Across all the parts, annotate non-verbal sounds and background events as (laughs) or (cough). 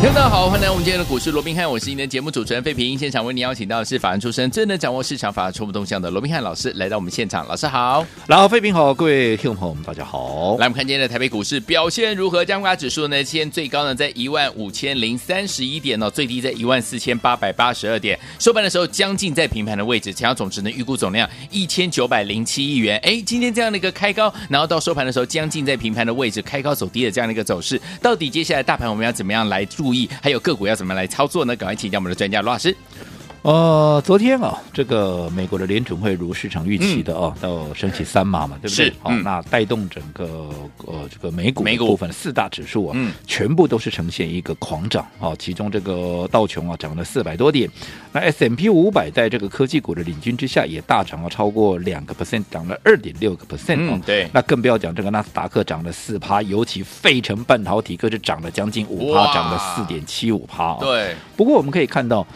听众大家好，欢迎来到我们今天的股市罗宾汉，我是您的节目主持人费平。现场为您邀请到的是法案出身、真能掌握市场法冲动向的罗宾汉老师来到我们现场，老师好。然后，费平好，各位听众朋友们，大家好。来，我们看今天的台北股市表现如何？加权指数呢，今天最高呢在一万五千零三十一点哦，最低在一万四千八百八十二点，收盘的时候将近在平盘的位置，成交总值呢预估总量一千九百零七亿元。哎，今天这样的一个开高，然后到收盘的时候将近在平盘的位置，开高走低的这样的一个走势，到底接下来大盘我们要怎么样来注意？还有个股要怎么来操作呢？赶快请教我们的专家罗老师。呃，昨天啊，这个美国的联准会如市场预期的哦，到升起三码嘛，对不对是？好、嗯那带动整个呃这个美股美的股部分四大指数啊，嗯全部都是呈现一个狂涨哦。其中这个道琼啊涨了四百多点，那 S M P 五百在这个科技股的领军之下也大涨了超过两个 percent，涨了二点六个 percent 哦嗯。对那更不要讲这个纳斯达克涨了四趴，尤其费城半导体更是涨了将近五哇趴，涨了四点七五趴。哦对，不过我们可以看到，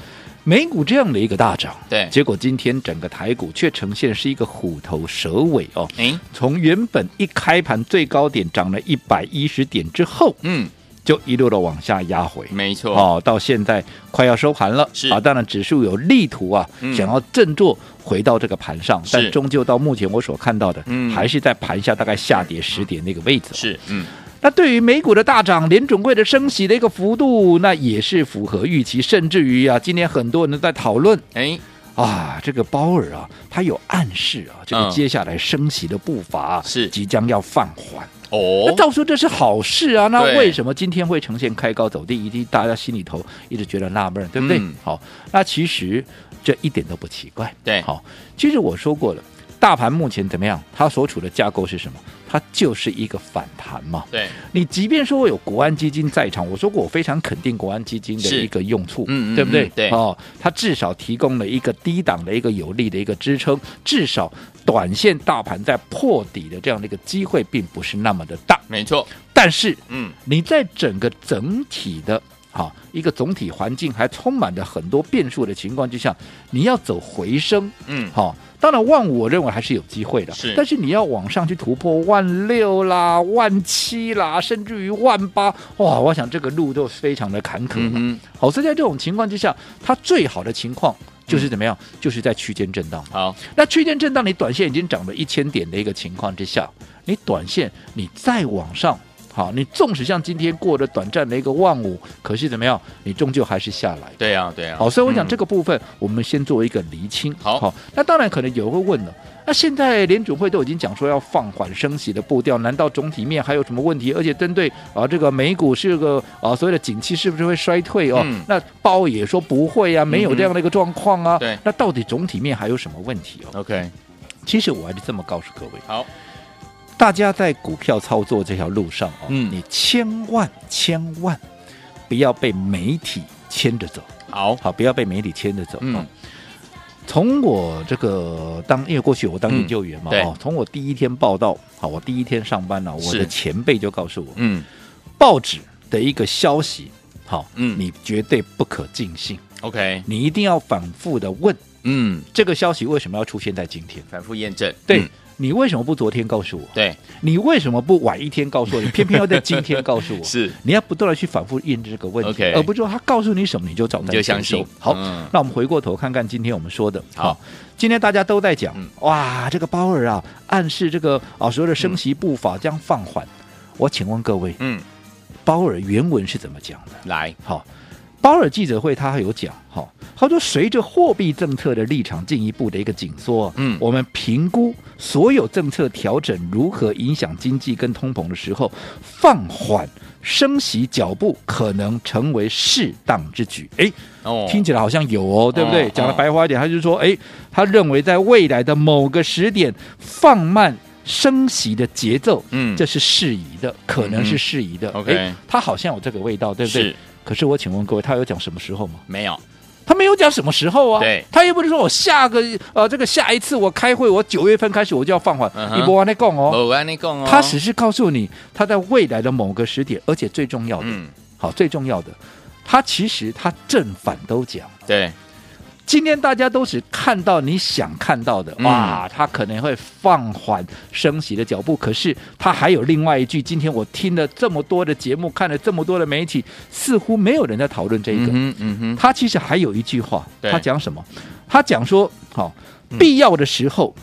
美股这样的一个大涨，对结果今天整个台股却呈现是一个虎头蛇尾哦。哎，从原本一开盘最高点涨了一百一十点之后，嗯，就一路的往下压回。没错，哦，到现在快要收盘了，是啊，当然指数有力图啊，嗯想要振作回到这个盘上，是但终究到目前我所看到的，嗯还是在盘下大概下跌十点那个位置、哦。是，嗯，那对于美股的大涨，联准会的升息的一个幅度，那也是符合预期，甚至于啊，今天很多人都在讨论哎，啊，这个鲍尔啊，他有暗示啊，这个嗯接下来升息的步伐啊、是即将要放缓。那哦，照说这是好事啊，那对为什么今天会呈现开高走低？一定大家心里头一直觉得纳闷，对不对？嗯好，那其实这一点都不奇怪。对好，其实我说过了，大盘目前怎么样？它所处的架构是什么？它就是一个反弹嘛。对，你即便说有国安基金在场，我说过我非常肯定国安基金的是一个用处，嗯嗯对不对？嗯对哦，它至少提供了一个低档的一个有力的一个支撑，至少短线大盘在破底的这样的一个机会并不是那么的大。没错，但是嗯，你在整个整体的好、一个总体环境还充满着很多变数的情况之下，你要走回升，嗯，好、当然万五我认为还是有机会的，是但是你要往上去突破万六啦、万七啦，甚至于万八，哇，我想这个路都非常的坎坷嗯嘛。哼，好，所以在这种情况之下，它最好的情况就是怎么样？嗯就是在区间震荡嘛。好，那区间震荡，你短线已经涨了一千点的一个情况之下，你短线你再往上。好，你纵使像今天过了短暂的一个万五，可是怎么样，你终究还是下来。对啊，对啊，好，所以我想嗯这个部分我们先做一个厘清。好那当然可能有人会问了，那现在联准会都已经讲说要放缓升息的步调，难道总体面还有什么问题？而且针对啊这个美股是个啊所谓的景气是不是会衰退哦？嗯那鲍尔也说不会啊，没有这样的一个状况啊。对嗯那到底总体面还有什么问题哦？ OK，其实我还是这么告诉各位，好，大家在股票操作这条路上哦，嗯你千万千万不要被媒体牵着走。好，好，不要被媒体牵着走。嗯嗯，从我这个当，因为过去我当嗯研究员嘛，对哦，从我第一天报道，好，我第一天上班了，我是的前辈就告诉我，嗯报纸的一个消息，好，嗯你绝对不可尽信， ，OK，你一定要反复的问嗯，这个消息为什么要出现在今天？反复验证，对。嗯你为什么不昨天告诉我？对，你为什么不晚一天告诉我？你偏偏要在今天告诉我？ (laughs) 是，你要不断的去反复验证这个问题 OK 而不是说他告诉你什么你就照你单就相全收信好、嗯那我们回过头看看今天我们说的，好今天大家都在讲，嗯哇，这个鲍尔啊，暗示这个啊所谓的升息步伐将放缓、我请问各位，嗯，鲍尔原文是怎么讲的？来，好，鲍尔记者会他还有讲，好，他说随着货币政策的立场进一步的一个紧缩，嗯我们评估所有政策调整如何影响经济跟通膨的时候，放缓升息脚步可能成为适当之举。诶，哦，听起来好像有哦，对不对？哦讲的白话一点，他就说，诶，他认为在未来的某个时点放慢。升息的节奏，嗯这是适宜的，可能嗯哼是适宜的。 OK 诶他好像有这个味道，对不对？是可是我请问各位，他有讲什么时候吗？没有，他没有讲什么时候啊，对他又不是说我下个呃这个下一次我开会，我九月份开始我就要放缓嗯，哼你不往那讲哦，我跟你讲哦，他只是告诉你他在未来的某个时点，而且最重要的，嗯，好最重要的，他其实他正反都讲。对，今天大家都只看到你想看到的，嗯哇，他可能会放缓升息的脚步。可是他还有另外一句，今天我听了这么多的节目，看了这么多的媒体，似乎没有人在讨论这一嗯个。哼嗯哼，他其实还有一句话，对嗯他讲什么？他讲说，好、必要的时候，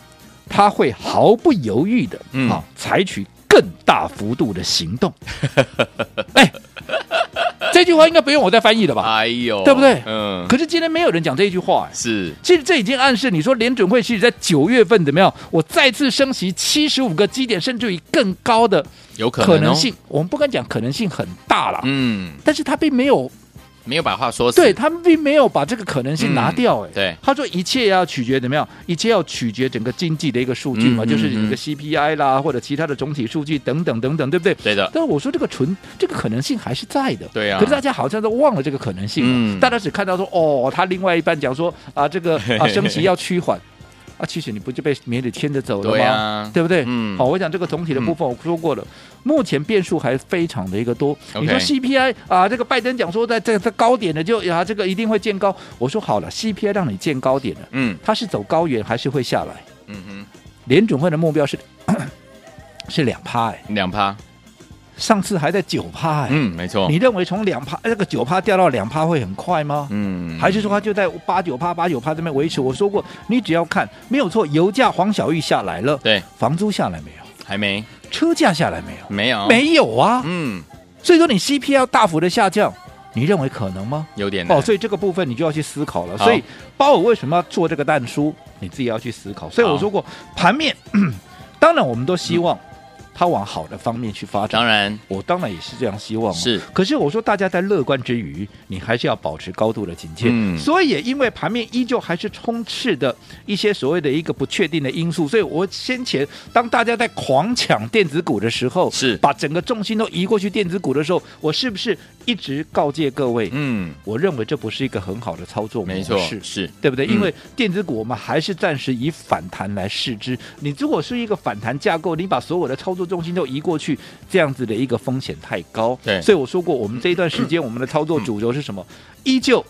他会毫不犹豫的，好、嗯采取更大幅度的行动。 (laughs) 哎，这句话应该不用我再翻译了吧？哎呦，对不对嗯，可是今天没有人讲这一句话、哎。是，其实这已经暗示你说联准会其实在九月份怎么样？我再次升息七十五个基点，甚至于更高的有可能可哦能性，我们不敢讲可能性很大啦，嗯，但是他并没有没有把话说死，对他并没有把这个可能性拿掉、哎、嗯对他说一切要取决怎么样？一切要取决整个经济的一个数据嘛，嗯就是嗯你嗯的 CPI 啦，或者其他的总体数据等等等等，对不对？对的，但是我说这个纯这个可能性还是在的，对啊可是大家好像都忘了这个可能性了，嗯大家只看到说哦，他另外一半讲说啊，(laughs) 这个啊升息要趋缓，啊，趋缓你不就被媒体牵着走了吗？对啊对不对？嗯好，我讲这个总体的部分我说过了，目前变数还非常的一个多。 OK 你说 CPI 啊，这个拜登讲说在在在高点的就啊，这个一定会见高。我说好了，CPI 让你见高点了，嗯它是走高原还是会下来？嗯哼，联准会的目标是 (coughs) 是两趴哎，两趴，上次还在九趴哎。嗯，没错你，认为从两趴哎这个九趴掉到两趴会很快吗？嗯，还是说它就在八九趴、八九趴这边维持？我说过，你只要看没有错，油价黄小玉下来了，对，房租下来没有？还没，车价下来没有？没有，，没有啊。嗯，所以说你 CPI 要大幅的下降，你认为可能吗？有点难哦，，所以这个部分你就要去思考了。好所以鲍尔为什么要做这个蛋书，你自己要去思哦考。所以我说过，盘面， (clears throat) 当然我们都希望它往好的方面去发展当。然我当然也是这样希望、哦。是，可是我说大家在乐观之余，你还是要保持高度的警戒。嗯所以也因为盘面依旧还是充斥的一些所谓的一个不确定的因素，所以我先前当大家在狂抢电子股的时候，是把整个重心都移过去电子股的时候，我是不是一直告诫各位？嗯，我认为这不是一个很好的操作模没式，错，是，对不对？嗯因为电子股我们还是暂时以反弹来试之。你如果是一个反弹架构，你把所有的操作重心都移过去，这样子的一个风险太高。对嗯所以我说过，我们这一段时间我们的操作主轴是什么？依旧。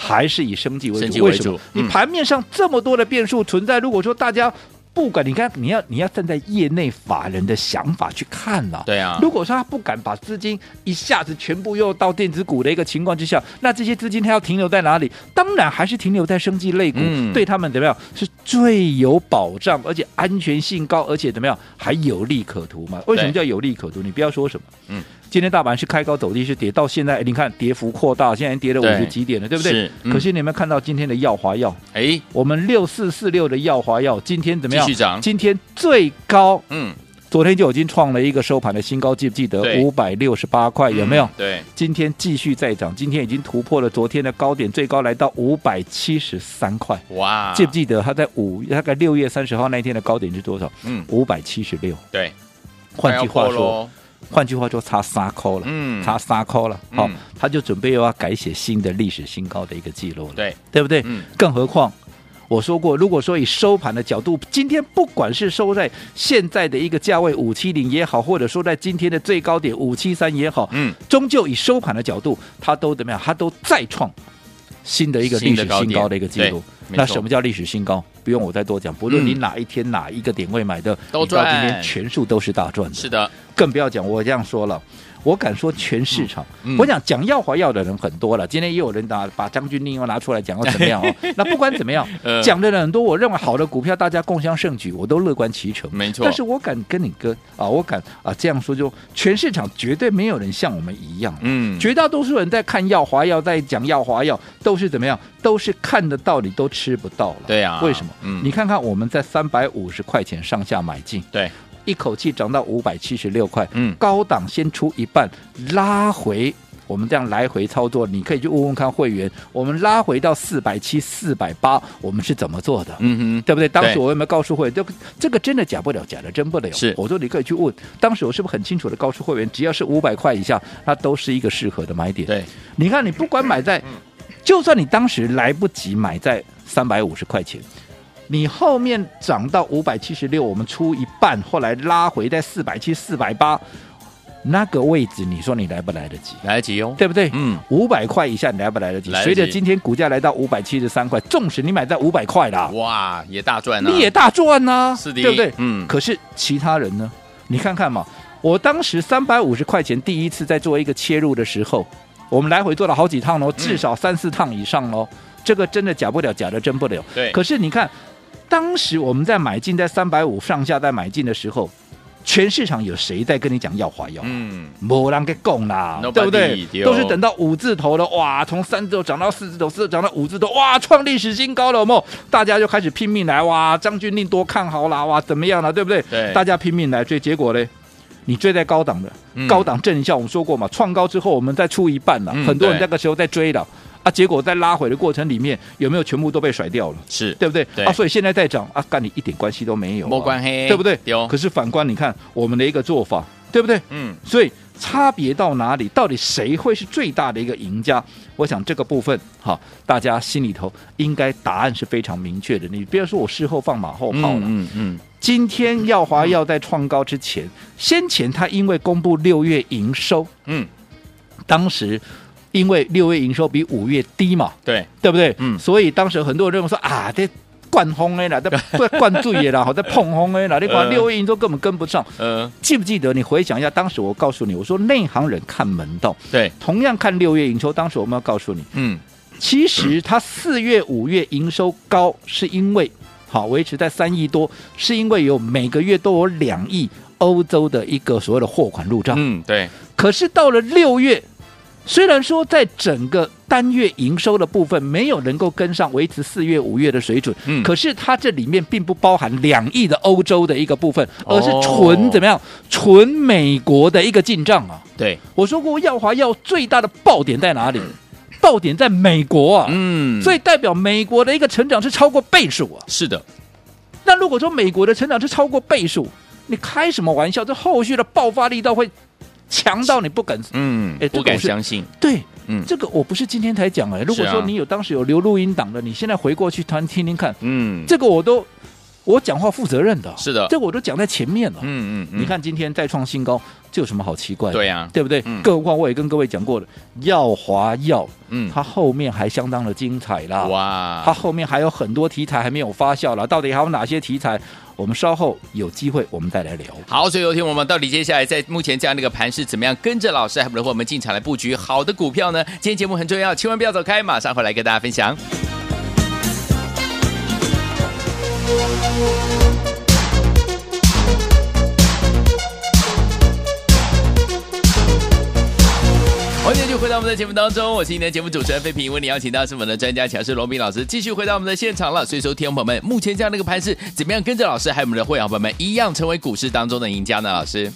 还是以升级为主，升级为主什么？嗯你盘面上这么多的变数存在，如果说大家不管，你看你要你要站在业内法人的想法去看了、对啊，如果说他不敢把资金一下子全部又到电子股的一个情况之下，那这些资金他要停留在哪里？当然还是停留在生技类股，嗯对他们怎么样是最有保障，而且安全性高，而且怎么样还有利可图嘛？为什么对叫有利可图？你不要说什么，嗯，今天大盘是开高走低，是跌到现在，哎你看跌幅扩大，现在跌了五对十几点了，对不对？是嗯可是你有没有看到今天的耀华药？哎，我们六四四六的耀华药今天怎么样继续？涨今天最高嗯，昨天就已经创了一个收盘的新高，记不记得对五百六十八块？有没有嗯？对，今天继续再涨，今天已经突破了昨天的高点，最高来到五百七十三块。哇，记不记得它在五大概六月三十号那一天的高点是多少？嗯，五百七十六。对，换句快话要破说，咯，换句话说，差三扣了，嗯差三扣了。好、嗯它就准备又要改写新的历史新高的一个记录了。对，对不对？嗯更何况我说过，如果说以收盘的角度，今天不管是收在现在的一个价位五七零也好，或者说在今天的最高点五七三也好，嗯，终究以收盘的角度，它都怎么样？它都再创。新的一个历新史的新高高点的一个记录，对没错那什么叫历史新高？不用我再多讲，不论嗯你哪一天、哪一个点位买的，都你到今赚天全数都是大赚的。是的，更不要讲我这样说了。我敢说，全市场，嗯嗯我讲讲耀华药的人很多了。今天也有人拿把张军令又拿出 (laughs) 来讲，要怎么样哦？那不管怎么样呃，讲的人很多。我认为好的股票，大家共襄盛举，我都乐观其成。嗯没错但是我敢跟你跟啊，我敢啊这样说就，全市场绝对没有人像我们一样。嗯，绝大多数人在看耀华药，在讲耀华药，都是怎么样？都是看得到你都吃不到了。对啊为什么？嗯你看看我们在三百五十块钱上下买进，对，一口气涨到五百七十六块，嗯高档先出一半，拉回。我们这样来回操作，你可以去问问看会员，我们拉回到四百七、四百八，我们是怎么做的？嗯哼，对不对？当时对我有没有告诉会员，这个这个真的假不了，假的真不了。是我说你可以去问。当时我是不是很清楚的告诉会员，只要是五百块以下，那都是一个适合的买点。对，嗯你看你不管买在就算你当时来不及买在三百五十块钱，你后面涨到五百七十六，我们出一半，后来拉回在四百七、四百八那个位置，你说你来不来得及？来得及哦，对不对？嗯，五百块以下你来不来得及？来得及随着今天股价来到五百七十三块，纵使你买在五百块啦，哇，也大赚啊！啊你也大赚呐、是的对不对？嗯可是其他人呢？你看看嘛，我当时三百五十块钱第一次在做一个切入的时候，我们来回做了好几趟嗯喽，至少三四趟以上喽。这个真的假不了，假的真不了。对可是你看，当时我们在买进在三百五上下在买进的时候，全市场有谁在跟你讲耀华耀？嗯，没人给供啦 Nobody，对不对？对哦都是等到五字头了，哇，从三字头涨到四字头，四字头涨到五字头，哇，创历史新高了，有没有？大家就开始拼命来，哇，张军令多看好啦，哇，怎么样了，对不对？对大家拼命来追，结果嘞，你追在高档的，嗯高档震一下，我们说过嘛，创高之后我们再出一半了，嗯很多人对那个时候在追了。啊，结果在拉回的过程里面，有没有全部都被甩掉了？是对不对？对啊，所以现在在涨啊，跟你一点关系都没有、啊，没关系对不对？对哦可是反观你看我们的一个做法，对不对？嗯，所以差别到哪里？到底谁会是最大的一个赢家？我想这个部分，好，大家心里头应该答案是非常明确的。你不要说我事后放马后炮了。嗯嗯，今天耀华要在创高之前，先前它因为公布六月营收，嗯，当时因为六月营收比五月低嘛，对，对不对？嗯所以当时很多人认为说啊，这灌风 A 啦，这 (laughs) 不灌醉的啦，好，这碰风 A 啦，你管呃六月营收根本跟不上。呃，记不记得？你回想一下，当时我告诉你，我说内行人看门道，对，同样看六月营收。当时我们要告诉你，嗯，其实它四月、五月营收高，是因为好维持在三亿多，是因为有每个月都有两亿欧洲的一个所谓的货款入账。嗯，对，可是到了六月，虽然说在整个单月营收的部分没有能够跟上维持四月、五月的水准，嗯可是它这里面并不包含两亿的欧洲的一个部分，而是哦纯怎么样？纯美国的一个进账啊！对，我说过，耀华耀最大的爆点在哪里？爆点在美国啊！嗯，所以代表美国的一个成长是超过倍数啊！是的，那如果说美国的成长是超过倍数，你开什么玩笑？这后续的爆发力道会强到你不敢嗯哎，这不敢种是相信，对，嗯这个我不是今天才讲哎、如果是啊说你有当时有留录音档的，你现在回过去团听听看，嗯，这个我都我讲话负责任的，是的这个我都讲在前面了。嗯嗯，嗯你，看今天再创新高，这有什么好奇怪的？对呀，对不对？嗯更何况我也跟各位讲过了，耀华耀，嗯，它后面还相当的精彩啦。哇，它，后面还有很多题材还没有发酵了，到底还有哪些题材？我们稍后有机会我们再来聊。好，所以有天我们到底接下来在目前这样的一个盘势，怎么样跟着老师，还不能和我们进场来布局好的股票呢？今天节目很重要，千万不要走开，马上回来跟大家分享。欢迎继续回到我们的节目当中，我是今天的节目主持人费平，为你邀请到是我们的专家强势罗斌老师，继续回到我们的现场了。所以说，听众朋友们，目前这样的一个盘势，怎么样跟着老师还有我们的会员朋友们一样成为股市当中的赢家呢？老师，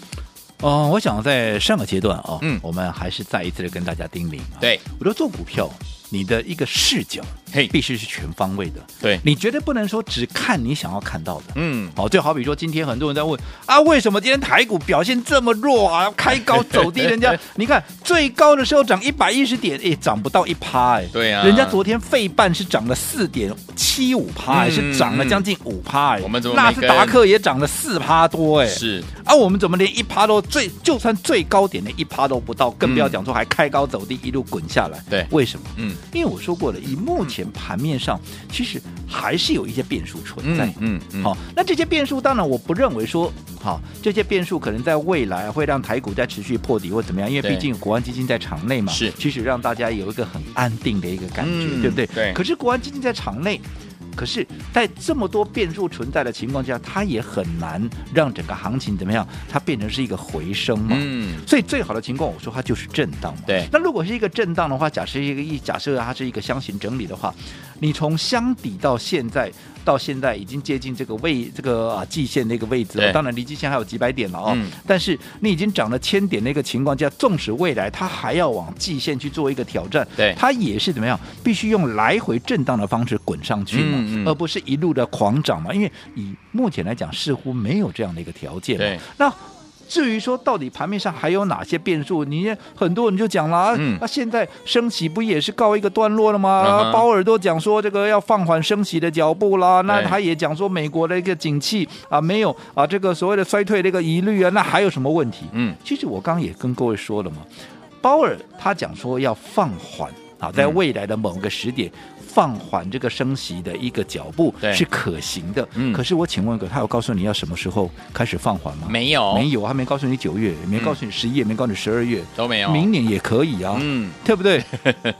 嗯，我想在上个阶段啊，嗯我们还是再一次的跟大家叮咛、啊，对，我说做股票，你的一个视角嘿必须是全方位的，对你绝对不能说只看你想要看到的。嗯，好，就好比说，今天很多人在问啊，为什么今天台股表现这么弱啊？开高 (laughs) 走低，人家你看最高的时候涨一百一十点，哎，涨不到一趴，哎，对啊人家昨天费半是涨了四点七五趴，哎嗯是涨了将近五趴，哎，我们怎么纳没斯跟达克也涨了四趴多，哎，是，啊，我们怎么连一趴都最，就算最高点的一趴都不到，更不要讲说还开高走低，一路滚下来。对为什么？嗯因为我说过了，以目前盘面上，其实还是有一些变数存在嗯。嗯嗯，好，那这些变数当然我不认为说，好，这些变数可能在未来会让台股再持续破底或怎么样，因为对毕竟国安基金在场内嘛，是其实让大家有一个很安定的一个感觉，嗯对不对？对可是国安基金在场内。可是，在这么多变数存在的情况下，它也很难让整个行情怎么样，它变成是一个回升嘛。嗯，所以最好的情况，我说它就是震荡嘛。对那如果是一个震荡的话，假设一个一假设它是一个箱型整理的话，你从箱底到现在到现在已经接近这个位这个啊季线那个位置了、对当然离季线还有几百点了哦。嗯但是你已经涨了千点那个情况下，纵使未来它还要往季线去做一个挑战，对它也是怎么样，必须用来回震荡的方式滚上去嘛，嗯嗯而不是一路的狂涨嘛。因为以目前来讲，似乎没有这样的一个条件嘛。对那至于说到底盘面上还有哪些变数，你很多人就讲了，啊嗯那、现在升息不也是告一个段落了吗？嗯哼鲍尔都讲说这个要放缓升息的脚步啦，那对他也讲说美国的一个景气啊没有啊这个所谓的衰退的一个疑虑啊，那还有什么问题？嗯，其实我刚刚也跟各位说了嘛，鲍尔他讲说要放缓啊，在嗯未来的某个时点。放缓这个升息的一个脚步对是可行的，嗯可是我请问哥，他有告诉你要什么时候开始放缓吗？没有，没有，他啊没告诉你九月，也没告诉你十一，也没告诉你十二月，都没有，明年也可以啊，嗯，对 (laughs) 不对？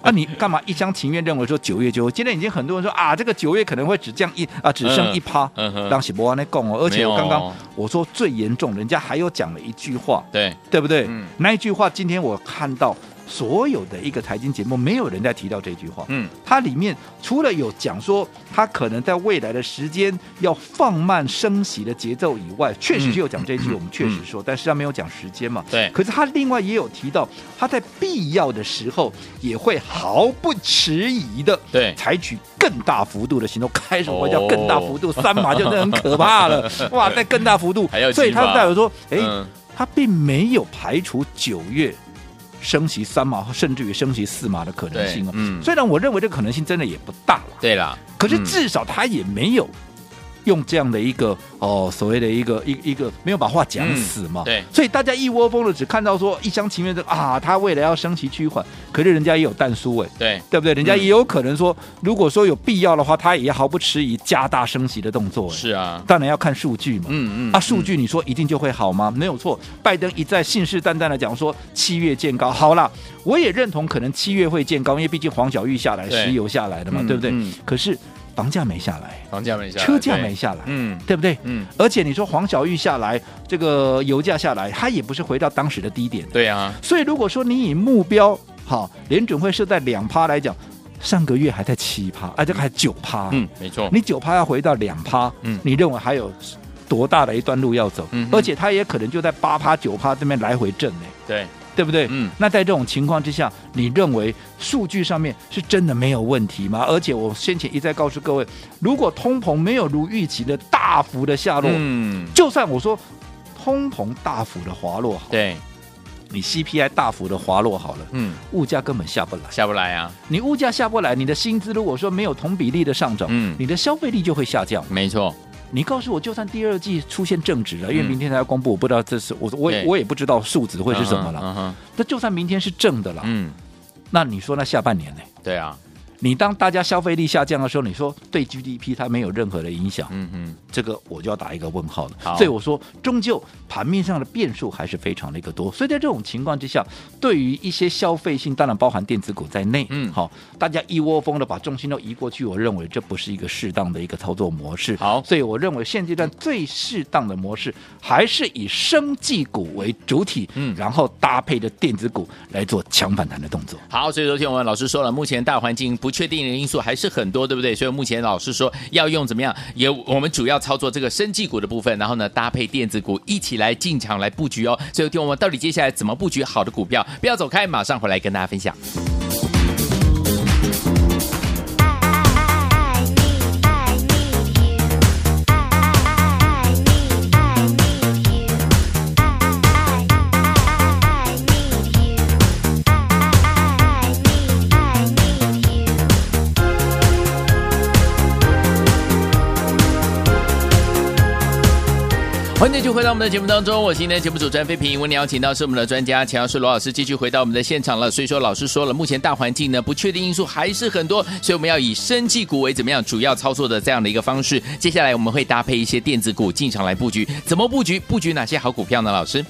啊，你干嘛一厢情愿认为说九月就？今天已经很多人说啊，这个九月可能会只降一啊，只嗯剩一趴嗯哼。当时博安那供哦，而且我刚没有刚哦我说最严重，人家还有讲了一句话，对，对不对嗯？那一句话，今天我看到所有的一个财经节目，没有人在提到这句话。嗯，它里面除了有讲说它可能在未来的时间要放慢升息的节奏以外，确实嗯是有讲这一句，我们确实说，但是它没有讲时间嘛。对可是它另外也有提到，它在必要的时候也会毫不迟疑的对采取更大幅度的行动，开什么叫更大幅度？三码就是很可 (laughs) 怕了，哇，在更大幅度哦还要，所以激发它代表说，哎嗯，它并没有排除九月。升息三码，甚至于升息四码的可能性哦对。嗯虽然我认为这个可能性真的也不大了，对啦，可是嗯至少他也没有用这样的一个哦所谓的一个一一个没有把话讲死嘛。嗯对所以大家一窝蜂的只看到说一厢情愿的啊，他未来要升息趋缓，可是人家也有淡书哎。对，对不对？人家嗯也有可能说，如果说有必要的话，他也毫不迟疑加大升息的动作。哎是啊，当然要看数据嘛。嗯嗯啊，数据你说一定就会好吗？没有错，拜登一再信誓旦旦的讲说七月见高。好啦，我也认同可能七月会见高，因为毕竟黄小玉下来，对石油下来的嘛，嗯对不对？嗯可是房价没下来，房价没下来，车价对没下来，嗯对不对？嗯，而且你说黄小玉下来，这个油价下来，它也不是回到当时的低点。对啊，所以如果说你以目标好联准会设在两趴来讲，上个月还在七趴，啊，这个还九趴，嗯，没错，你九趴要回到两趴，嗯你认为还有多大的一段路要走？嗯哼而且它也可能就在八趴九趴这边来回震呢、对，对不对？嗯那在这种情况之下，你认为数据上面是真的没有问题吗？而且我先前一再告诉各位，如果通膨没有如预期的大幅的下落，嗯，就算我说通膨大幅的滑落好，对，你 CPI 大幅的滑落好了，嗯，物价根本下不来。下不来啊，你物价下不来，你的薪资如果说没有同比例的上涨，嗯你的消费力就会下降。没错，你告诉我，就算第二季出现正值了，因为嗯明天他要公布，我不知道这是我我也对我也不知道数值会是什么了。嗯哼，那就算明天是正的了，嗯，那你说那下半年呢？对啊，你当大家消费力下降的时候，你说对 GDP 它没有任何的影响，嗯嗯，这个我就要打一个问号了好。所以我说，终究盘面上的变数还是非常的一个多。所以在这种情况之下，对于一些消费性，当然包含电子股在内，嗯好，大家一窝蜂的把重心都移过去，我认为这不是一个适当的一个操作模式。好所以我认为现阶段最适当的模式还是以生技股为主体，嗯然后搭配着电子股来做强反弹的动作。好，所以昨天我们老师说了，目前大环境不确定的因素还是很多，对不对？所以目前老师说要用怎么样，也我们主要操作这个生技股的部分，然后呢搭配电子股一起来进场来布局哦。所以听我们到底接下来怎么布局好的股票？不要走开，马上回来跟大家分享。 I need, I need you. I, I, I need, I need you. I, I, I, I need you. I, I, I need, I need you. 欢迎继续回到我们的节目当中，我是今天的节目主持人飞平。为您邀请到是我们的专家钱老师罗老师，继续回到我们的现场了。所以说，老师说了，目前大环境呢不确定因素还是很多，所以我们要以生技股为怎么样主要操作的这样的一个方式。接下来我们会搭配一些电子股进场来布局，怎么布局？布局哪些好股票呢？老师，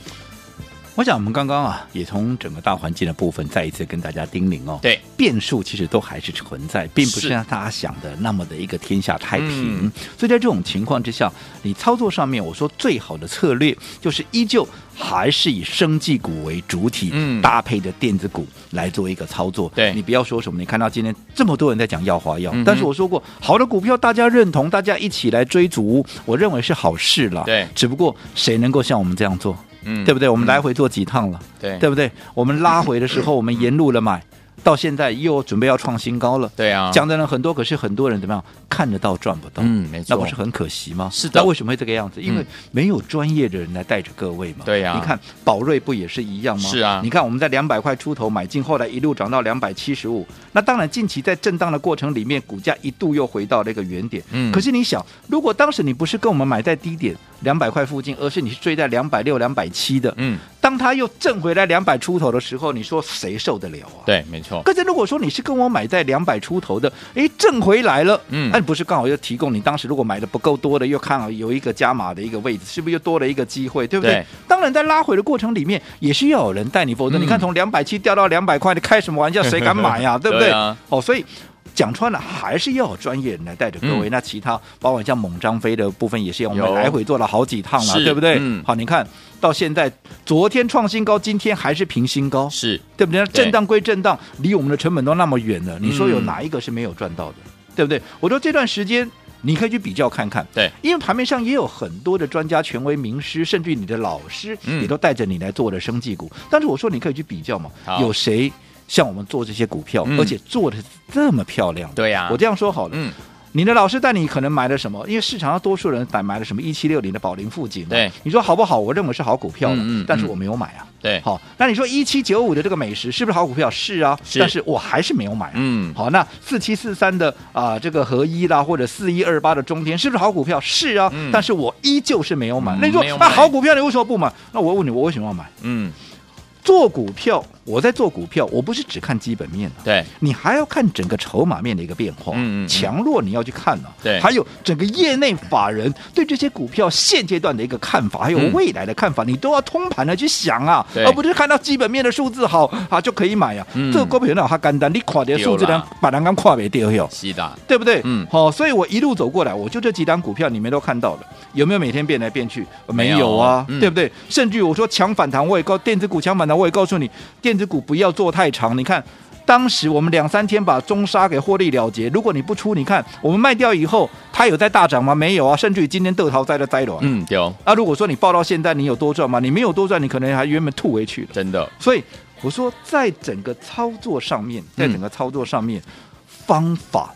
我想我们刚刚啊，也从整个大环境的部分再一次跟大家叮咛哦，对，变数其实都还是存在，并不是是像大家想的那么的一个天下太平。嗯所以在这种情况之下，你操作上面，我说最好的策略就是依旧还是以生技股为主体，嗯搭配着电子股来做一个操作。对你不要说什么，你看到今天这么多人在讲药华药，嗯哼但是我说过，好的股票大家认同，大家一起来追逐，我认为是好事了。对只不过谁能够像我们这样做？嗯对不对？我们嗯来回做几趟了，对对不对？我们拉回的时候，我们沿路的买，到现在又准备要创新高了。对啊讲的人很多，可是很多人怎么样看得到赚不到？嗯没错那不是很可惜吗？是的那为什么会这个样子？因为嗯没有专业的人来带着各位嘛。对啊你看宝瑞不也是一样吗？是啊你看我们在两百块出头买进，后来一路涨到两百七十五。那当然，近期在震荡的过程里面，股价一度又回到那个原点。嗯可是你想，如果当时你不是跟我们买在低点两百块附近，而是你是追在两百六、两百七的，嗯，当它又挣回来两百出头的时候，你说谁受得了啊？对，没错，可是如果说你是跟我买在两百出头的，诶，挣回来了，嗯那、你不是刚好又提供你当时如果买的不够多的，又看好有一个加码的一个位置，是不是又多了一个机会，对不对？对当然，在拉回的过程里面，也是要有人带你，否则嗯你看从两百七掉到两百块，你开什么玩笑？谁敢 (laughs) 买呀、对不对？对啊哦，所以。讲穿了，还是要有专业人来带着各位。那其他包括像猛张飞的部分，也是一样我嗯有们来回做了好几趟了，是对不对？嗯好，你看到现在，昨天创新高，今天还是平新高，是对不对？对嗯震荡归震荡，离我们的成本都那么远了，你说有哪一个是没有赚到的，对不对？我说这段时间你可以去比较看看，对，因为盘面上也有很多的专家、权威、名师，甚至于你的老师，嗯也都带着你来做的生技股。但是我说你可以去比较嘛好，有谁像我们做这些股票，嗯而且做的这么漂亮？对呀我这样说好了，嗯，你的老师带你可能买了什么？因为市场上多数人买买了什么一七六零的宝林附近，对，你说好不好？我认为是好股票的，嗯嗯但是嗯我没有买啊。对，好，那你说一七九五的这个美食是不是好股票？是啊，是但是我还是没有买、啊。嗯好，那四七四三的啊、这个合一啦，或者四一二八的中天，是不是好股票？是啊，嗯但是我依旧是没有买。嗯那你说没有买那好股票你为什么不买？那我问你，我为什么要买？嗯，做股票，我在做股票，我不是只看基本面的、对，你还要看整个筹码面的一个变化，嗯嗯嗯强弱你要去看呢、对还有整个业内法人对这些股票现阶段的一个看法，还有嗯未来的看法，你都要通盘的去想啊对，而不是看到基本面的数字好啊就可以买啊。嗯这个股票哪有它简单，你垮的数字对呢啦，把栏杆跨没掉哟。是的，对不对？嗯好、所以我一路走过来，我就这几档股票你们都看到了，有没有每天变来变去？没没有有啊，嗯对不对？甚至于我说强反弹，我也告电子股强反弹，我也告诉你，电子股不要做太长。你看，当时我们两三天把中沙给获利了结，如果你不出，你看我们卖掉以后，它有在大涨吗？没有啊，甚至于今天豆淘灾的灾了。嗯，丢，那、如果说你报到现在，你有多赚吗？你没有多赚，你可能还原本吐回去了。真的，所以我说，在整个操作上面，在整个操作上面，方法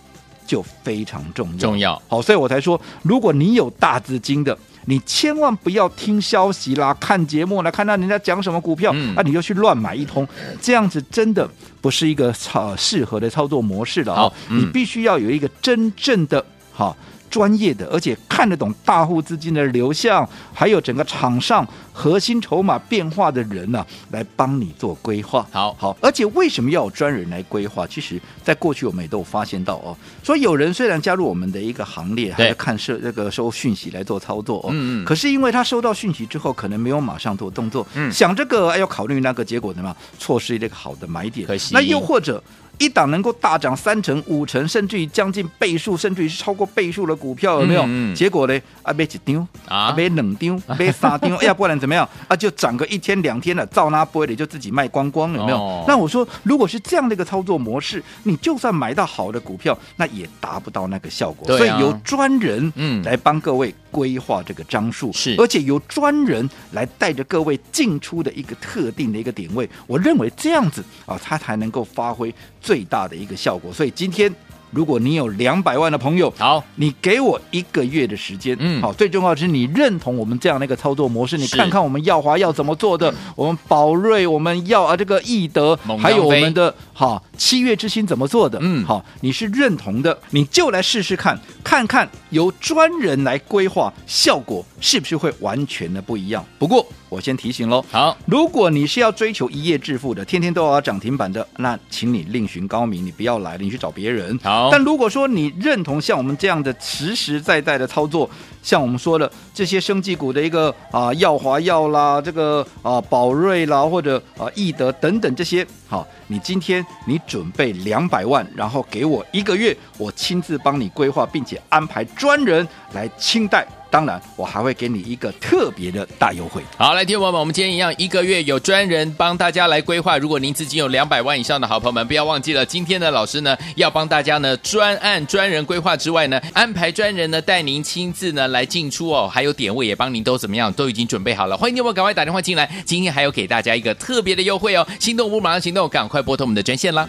就非常重要。重要好，所以我才说，如果你有大资金的。你千万不要听消息啦，看节目啦，看到人家讲什么股票，那、嗯啊、你就去乱买一通，这样子真的不是一个操、呃适合的操作模式了啊、好嗯你必须要有一个真正的哈、专业的，而且看得懂大户资金的流向，还有整个场上核心筹码变化的人呢、来帮你做规划。好好，而且为什么要有专人来规划？其实，在过去我们也都有发现到哦，所以有人虽然加入我们的一个行列，还对在看社这个收讯息来做操作哦，嗯嗯可是因为他收到讯息之后，可能没有马上做动作，嗯想这个哎要考虑那个，结果怎么样，错失这个好的买点，可惜那又或者。一档能够大涨三成、五成，甚至于将近倍数，甚至于是超过倍数的股票，有没有？嗯嗯结果呢？啊，被一丢， (laughs) 啊被两丢，被三丢，要不然怎么样？啊，就涨个一天两天了，照那波的就自己卖光光了，有没有？哦那那我说，如果是这样的一个操作模式，你就算买到好的股票，那也达不到那个效果。对啊所以由专人嗯来帮各位规划这个张数，是而且由专人来带着各位进出的一个特定的一个点位。我认为这样子啊，它才能够发挥最大的一个效果。所以今天。如果你有两百万的朋友，好，你给我一个月的时间，嗯好，最重要的是你认同我们这样的一个操作模式，你是嗯看看我们耀华要怎么做的，我们宝瑞，我们要啊这个易德猛，还有张我飞们的好七月之星怎么做的，嗯好，你是认同的，你就来试试看，看看由专人来规划，效果是不是会完全的不一样？不过我先提醒喽，好，如果你是要追求一夜致富的，天天都要涨停板的，那请你另寻高明，你不要来了，你去找别人。好但如果说你认同像我们这样的实实在在的操作，像我们说的这些生技股的一个啊耀华药啦，这个啊宝瑞啦，或者啊易德等等这些，好，你今天你准备两百万，然后给我一个月，我亲自帮你规划，并且安排专人来清代。当然我还会给你一个特别的大优惠。好，来，听众朋友们，我们今天一样，一个月有专人帮大家来规划。如果您资金有两百万以上的好朋友们，不要忘记了，今天的老师呢要帮大家呢专案专人规划之外呢，安排专人呢带您亲自呢来进出哦，还有点位也帮您都怎么样，都已经准备好了。欢迎听众朋友赶快打电话进来，今天还有给大家一个特别的优惠哦，心动不马上行动，赶快拨通我们的专线啦。